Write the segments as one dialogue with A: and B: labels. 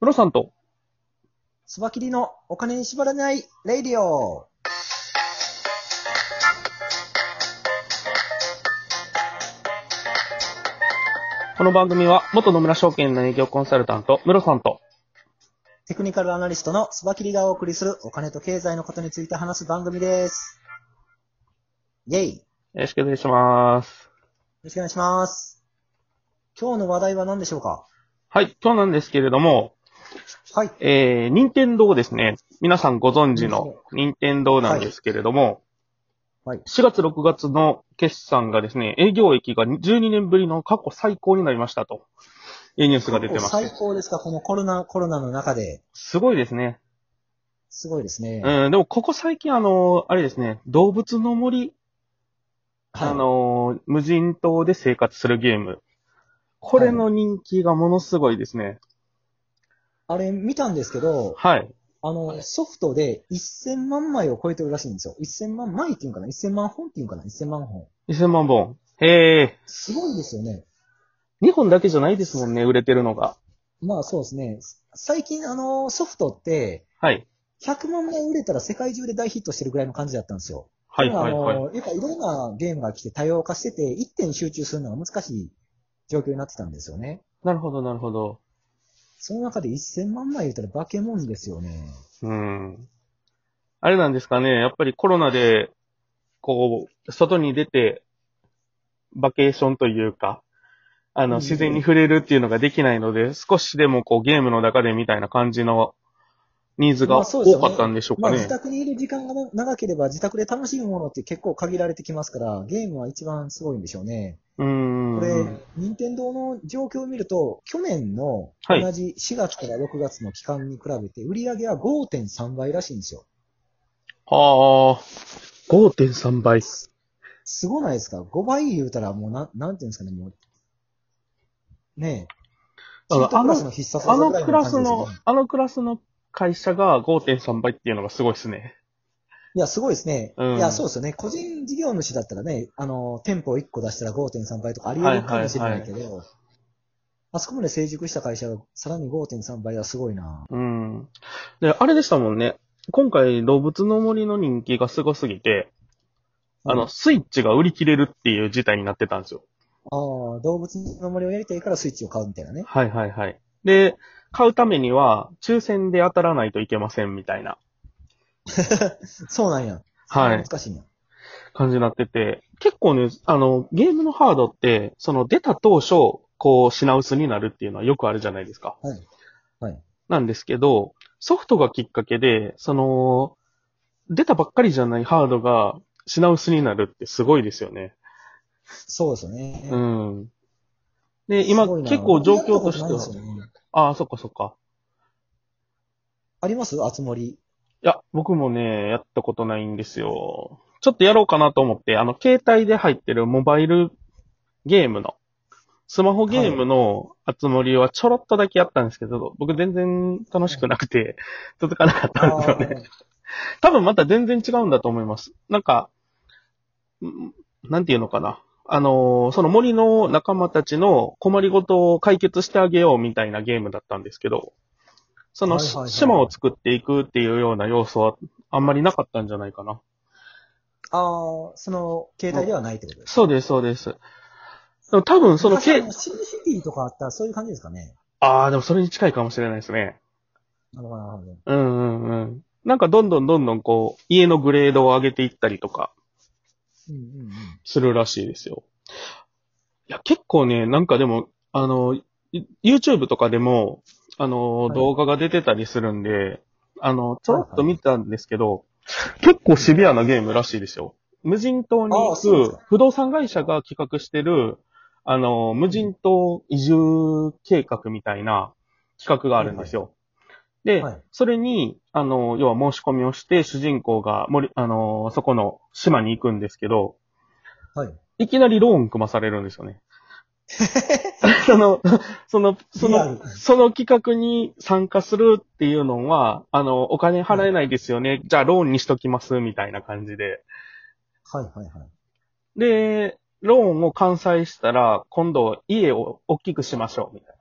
A: プロさんと、
B: スバキリのお金に縛られないレイディオ。
A: この番組は、元野村証券の営業コンサルタント、ムロさんと、
B: テクニカルアナリストのスバキリがお送りするお金と経済のことについて話す番組です。イェイ。よ
A: よろしくお願いします。
B: ろしくお願いします。今日の話題は何でしょうか
A: はい、今日なんですけれども、
B: はい。
A: えー、任天堂ですね。皆さんご存知の任天堂なんですけれども、
B: はいはい
A: 4月6月の決算がですね、営業益が12年ぶりの過去最高になりましたと、いうニュースが出てま
B: 最
A: す。
B: 高ですかこのコロナ、コロナの中で。
A: すごいですね。
B: すごいですね。
A: うん、でもここ最近あの、あれですね、動物の森
B: はい
A: あ、のー、無人島で生活するゲーム。これの人気がものすごいですね。
B: あれ見たんですけど、
A: はい。
B: あの、ソフトで1000万枚を超えてるらしいんですよ。1000万枚っていうんかな ?1000 万本っていうんかな ?1000 万本。
A: 1000万本。へえ。
B: すごいですよね。
A: 日本だけじゃないですもんね、売れてるのが。
B: まあそうですね。最近あの、ソフトって、
A: はい。
B: 100万枚売れたら世界中で大ヒットしてるぐらいの感じだったんですよ。
A: はい、
B: 今
A: はい、はい
B: あ。の、やっぱいろんなゲームが来て多様化してて、一点集中するのが難しい状況になってたんですよね。
A: なるほど、なるほど。
B: その中で1000万枚言ったら化け物ですよね。
A: うん。あれなんですかね、やっぱりコロナで、こう、外に出て、バケーションというか、あ
B: う
A: の、
B: ん
A: 自然に触れるっていうのができないので、少しでもこう、ゲームの中でみたいな感じのニーズ
B: ま
A: が
B: あそうですよ
A: 多
B: ね
A: かったんでしょう
B: ま
A: か
B: あ
A: ね。
B: 自宅にいる時間が長ければ自宅で楽しむものって結構限られてきますから、ゲームは一番すごいんでしょうね。
A: うーん。
B: これ、任天堂の状況を見ると、去年の
A: はい
B: 同じ4月から6月の期間に比べて、売り上げは5.3倍らしいんですよ。
A: はあ、5.3倍。
B: すごないですか ?5 倍言うたらもうなん、なんていうんですかね、もう。ねえ。
A: だから
B: 中途クラスの必殺
A: あ
B: 技
A: の
B: ぐらい
A: ク
B: の
A: ラ
B: 感
A: ス
B: じですよね
A: の、あのクラスの会社が5.3倍っていうのがすごいですね。
B: いや、すごいですね。
A: うん
B: いや、そうですよね。個人事業主だったらね、あの、店舗1個出したら5.3倍とかあり得るかもしれないけど、あそこまで成熟した会社がさらに5.3倍はすごいな。
A: うん。で、あれでしたもんね。今回、動物の森の人気がすごすぎて、あ
B: う
A: の、
B: ん
A: スイッチが売り切れるっていう事態になってたんですよ。
B: ああ、動物の森をやりたいからスイッチを買うみたいなね。
A: はいはいはい。で、買うためには、抽選で当たらないといけませんみたいな
B: そうなんや。
A: はい
B: 難しいんや。
A: 感じになってて、結構ね、あの、ゲームのハードって、その出た当初、こう、品薄になるっていうのはよくあるじゃないですか。
B: はい。はい。
A: なんですけど、ソフトがきっかけで、その、出たばっかりじゃないハードが品薄になるってすごいですよね。
B: そうですよね。
A: うん。で、今
B: すごいな
A: 結構状況として
B: やったことないですよ
A: は、
B: ね
A: ああ、そっかそっか。
B: ありますあつ森。
A: いや、僕もね、やったことないんですよ。ちょっとやろうかなと思って、あの、携帯で入ってるモバイルゲームの、スマホゲームの集まりはちょろっとだけやったんですけど、僕全然楽しくなくて、 続かなかったんですよね。多分また全然違うんだと思います。なんか、んなんていうのかな。あのーその森の仲間たちの困りごとを解決してあげようみたいなゲームだったんですけど、その、
B: はいはいはい
A: 島を作っていくっていうような要素はあんまりなかったんじゃないかな。
B: あーあー、その、携帯ではないってことです。
A: そうです、そうです。でも多分その、
B: 昔あ
A: け
B: のシムシティとかあったらそういう感じですかね。
A: ああ、でもそれに近いかもしれないですね。
B: なるほど、なるほど。
A: うんうんうん。なんかどんどんどんどんこう、家のグレードを上げていったりとか、
B: うんうんうん。
A: するらしいですよ。いや、結構ね、なんかでも、あの、い YouTube とかでも、あの、
B: はい
A: 動画が出てたりするんで、あの、ちょろっと見たんですけど、結構シビアなゲームらしいですよ。無人島に
B: あ
A: 行
B: あそうです
A: く
B: か
A: 不動産会社が企画してる、あの、無人島移住計画みたいな企画があるんですよ。で、
B: はい
A: それに、あの、要は申し込みをして、主人公が森、あの、そこの島に行くんですけど、
B: はい。
A: いきなりローン組まされるんですよね。 その、その、そ
B: リア
A: の、
B: ル
A: その企画に参加するっていうのは、あの、お金払えないですよね。じゃあローンにしときます、みたいな感じで。
B: はいはいはい。
A: で、ローンを完済したら、今度家を大きくしましょう、みたい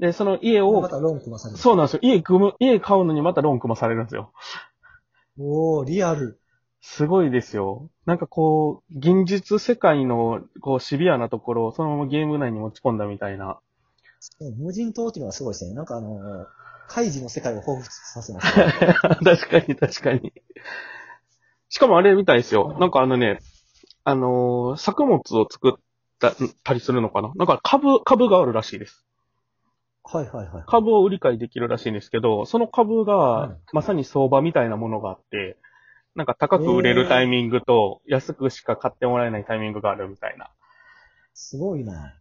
A: で、その家
B: ま
A: を、
B: たローン組まされる。
A: そうなんですよ。家組む、家買うのにまたローン組まされるんですよ。
B: おー、リアル。
A: すごいですよ。なんかこう、現実世界のこうシビアなところをそのままゲーム内に持ち込んだみたいな。
B: 無人島っていうのはすごいですね。なんかあの、カイジの世界を彷彿さ せます。
A: 確かに確かに。しかもあれみたいですよ。なんかあのね、あのー作物を作ったたりするのかななんか株、株があるらしいです。
B: はいはいはい。
A: 株を売り買いできるらしいんですけど、その株
B: う
A: が
B: ん
A: まさに相場みたいなものがあって、なんか高く売れるタイミングと安くしか買ってもらえないタイミングがあるみたいな。
B: すご いな。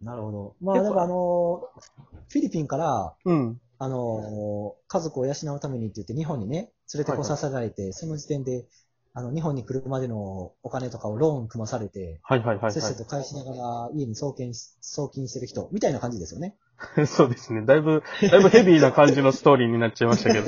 B: なるほど。まあ、だからあの、フィリピンから、
A: うん。
B: あの、家族を養うためにって言って日本にね、連れてこさせられて、その時点で、あの、日本に来るまでのお金とかをローン組まされて、
A: はいはいはい、
B: せっせ
A: は
B: と返しながら家に送金し、送金してる人、みたいな感じですよね。
A: い。 そうですね。だいぶ、だいぶヘビーな感じのストーリーになっちゃいましたけど。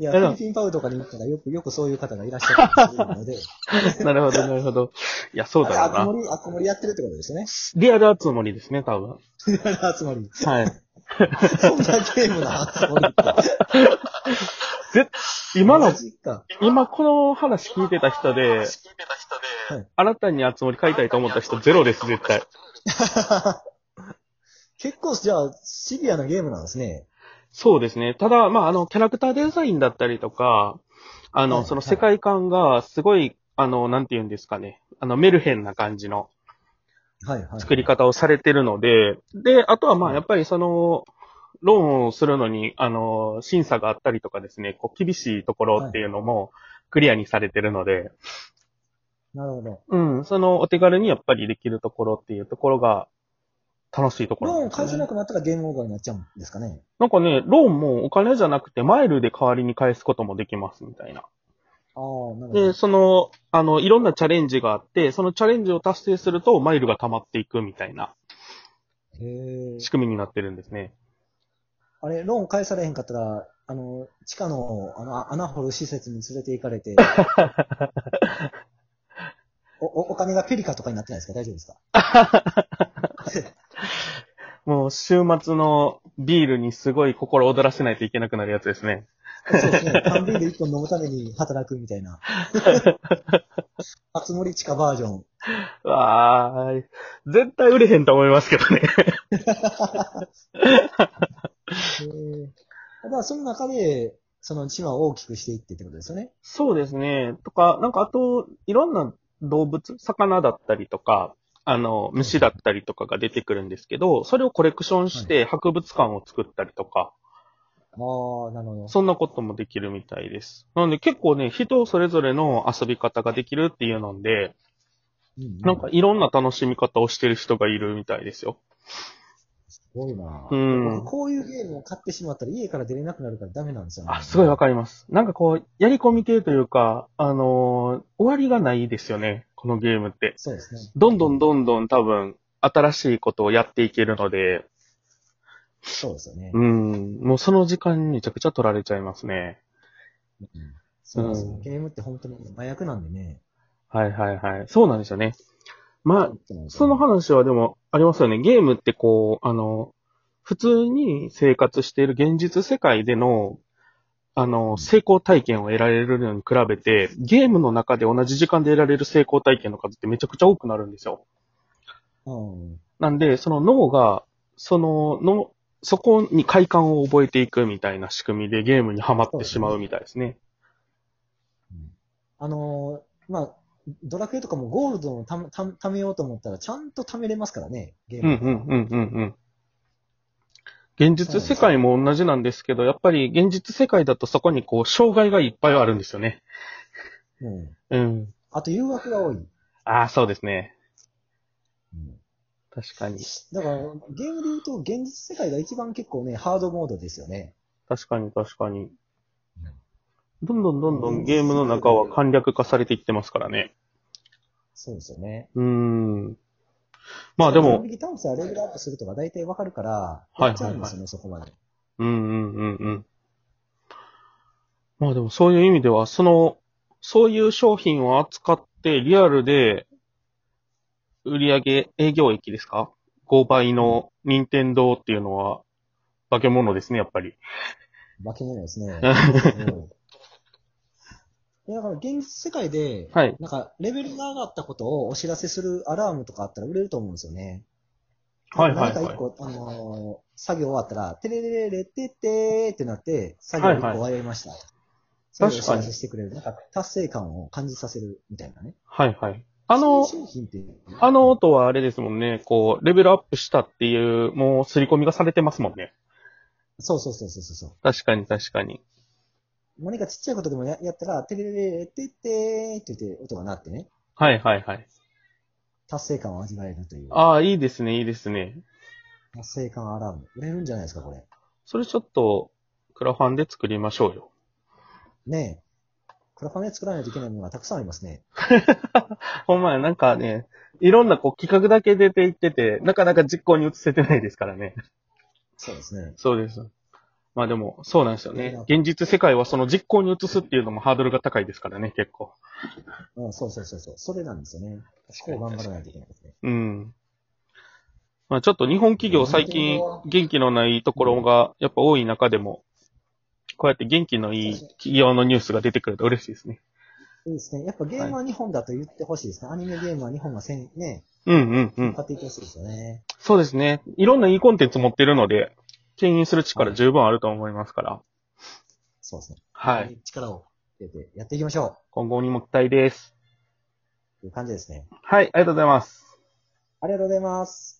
B: いや、
A: いや
B: フ
A: で
B: ィ
A: も
B: リピンパウとかに行ったらよく、よくそういう方がいらっしゃるので、
A: なるほど、なるほど。いや、そう
B: あれ、
A: だ
B: あ
A: ろう
B: こ
A: な。
B: もり、あこもりやってるってことです よね。
A: リアル熱盛ですね、多分。
B: つまり、
A: はい。
B: そんなゲームなつもりって。
A: 今の
B: マ、ジか。
A: 今この話聞いてた人で、新たに熱盛買いたいと思った人ゼロです、絶対。
B: 結構、じゃあ、シビアなゲームなんですね。
A: そうですね。ただ、まあ、あの、キャラクターデザインだったりとか、あ
B: は
A: の、
B: い
A: その
B: はい
A: 世界観がすごい、あの、なんて言うんですかね。あの、メルヘンな感じの
B: はいはい。
A: 作り方をされてるので、で、あとはまあ、やっぱりその、ローンをするのに、あの、審査があったりとかですね、こう、厳しいところっていうのもクリアにされてるので、
B: なるほど。
A: うん、その、お手軽にやっぱりできるところっていうところが、楽しいところ
B: ロー
A: な
B: ン
A: んですよ
B: 返
A: ね
B: せなくなったらゲームオーバーになっちゃうんですかね。
A: なんかね、ローンもお金じゃなくて、マイルで代わりに返すこともできます、みたいな。
B: ああ、なるほ
A: で、
B: ど。
A: その、あの、いろんなチャレンジがあって、そのチャレンジを達成すると、マイルが溜まっていくみたいな
B: へえ。
A: 仕組みになってるんですね。
B: あれ、ローン返されへんかったら、あの、地下の、あの、あ穴掘る施設に連れて行かれ て、お、おお金がペリカとかになってないですか大丈夫です か
A: もう、週末のビールにすごい心躍らせないといけなくなるやつですね。
B: そうですね。缶ビール一本飲むために働くみた いな。あつ森地下バージョン。
A: わーい。絶対売れへんと思いますけどね。
B: へえ。まあ、その中で、その島を大きくしていってってことですよね。
A: そうですね。とか、なんかあと、いろんな動物、魚だったりとか、あの、虫だったりとかが出てくるんですけど、それをコレクションして博物館を作ったりとか、
B: ああ、なるほど。
A: そんなこともできるみたいです。なので結構ね、人それぞれの遊び方ができるっていうので、
B: うん
A: なんかいろんな楽しみ方をしてる人がいるみたいですよ。
B: すごいな、
A: うん
B: 僕こういうゲームを買ってしまったら家から出れなくなるからダメなんですよね。
A: あ、すごいわ
B: か
A: かります。なんかこう、やり込み系というか、あのー終わりがないですよね、このゲームって。
B: そうですね。
A: どんどんどんどん多分、新しいことをやっていけるので、
B: そうですよね。
A: うん、もうその時間にめちゃくちゃ取られちゃいますね。
B: うんそうなんですよ
A: うん
B: ゲームって本当に麻薬なんでね。
A: はいはいはい。そうなんですよね。まあ、その
B: 話。
A: 話はでもありますよね。ゲームってこう、あの、普通に生活している現実世界での、あの、成功体験を得られるのに比べて、ゲームの中で同じ時間で得られる成功体験の数ってめちゃくちゃ多くなるんですよ。
B: うん。
A: なんで、その脳が、その、の、そこに快感を覚えていくみたいな仕組みでゲームにはまってしまうみたいですね。
B: あのーまあ、ドラクエとかもゴールドをためためためようと思ったらちゃんと貯めれますからね、ゲー
A: うん
B: ム。
A: うんうんうんうん。現実世界も同じなんですけど、やっぱり現実世界だとそこにこう、障害がいっぱいあるんですよね。
B: うん
A: うん。
B: あと誘惑が多い。うん
A: ああ、そうですね。確かに。
B: だから、ゲームで言うと、現実世界が一番結構ね、ハードモードですよね。
A: 確かに確かに
B: うん。
A: どんどんどんどんゲームの中は簡略化されていってますからね。
B: そうですよね。
A: うーん。まあでも
B: 完、璧倒せはレベルアップするとか大体わかるから、
A: いはいはい
B: やっちゃうんですよね、そこまで。
A: うんうんうんうん。まあでもそういう意味では、その、そういう商品を扱ってリアルで売上営業益ですか ?5 倍の任天堂っていうのは、化け物ですね、やっぱ り。
B: 化け物ですね。 うんいや、だから現実世界で、
A: はい
B: なんか、レベルが上がったことをお知らせするアラームとかあったら売れると思うんですよね。
A: はいはいはい
B: 何か一個、あのー作業終わったら、テレレレレテテーってなって、作業一個終わりました。それをお知らせしてくれる。なんか、達成感を感じさせるみたいなね。
A: はいはい。あの、
B: そういう商品っていう
A: あの音はあれですもんね、こう、レベルアップしたっていう、もう、刷り込みがされてますもんね。
B: そうそうそうそうそ
A: 確かに確かに。
B: う。何かちっちゃいことでもややったら、テレレレレテテーって言って音が鳴ってね、
A: はいはいはい。
B: 達成感を味わえるという。
A: ああ、いいですね、いいですね。
B: 達成感アラーム。売れるんじゃないですか、これ。
A: それちょっと、クラファンで作りましょうよ。
B: ねえ。クラファンで作らないといけないものがたくさんありますね。
A: ほんまや、なんかね、いろんなこう企画だけ出ていってて、なかなか実行に移せてないですからね。
B: そうですね。
A: そうです。まあでも、そうなんですよね。現実世界はその実行に移すっていうのもハードルが高いですからね、結構。
B: うん、そうそうそうそう。それなんですよね。そこを頑張らないといけないですね。
A: うん。まあちょっと日本企業最近元気のないところがやっぱ多い中でも、こうやって元気のいい企業のニュースが出てくると嬉しいですね。
B: いいですね。やっぱゲームは日本だと言ってほしいですね。アニメゲームは日本がせん、ね、
A: うんうんうん。
B: 買っていってほしいですよね。
A: そうですね。いろんないいコンテンツ持ってるので、牽引する力十分あると思いますから。
B: そうですね。
A: はい。。
B: 力を入れてやっていきましょ
A: 今後にも期待です。
B: うという感じですね。
A: はい、ありがとうございます。
B: ありがとうございます。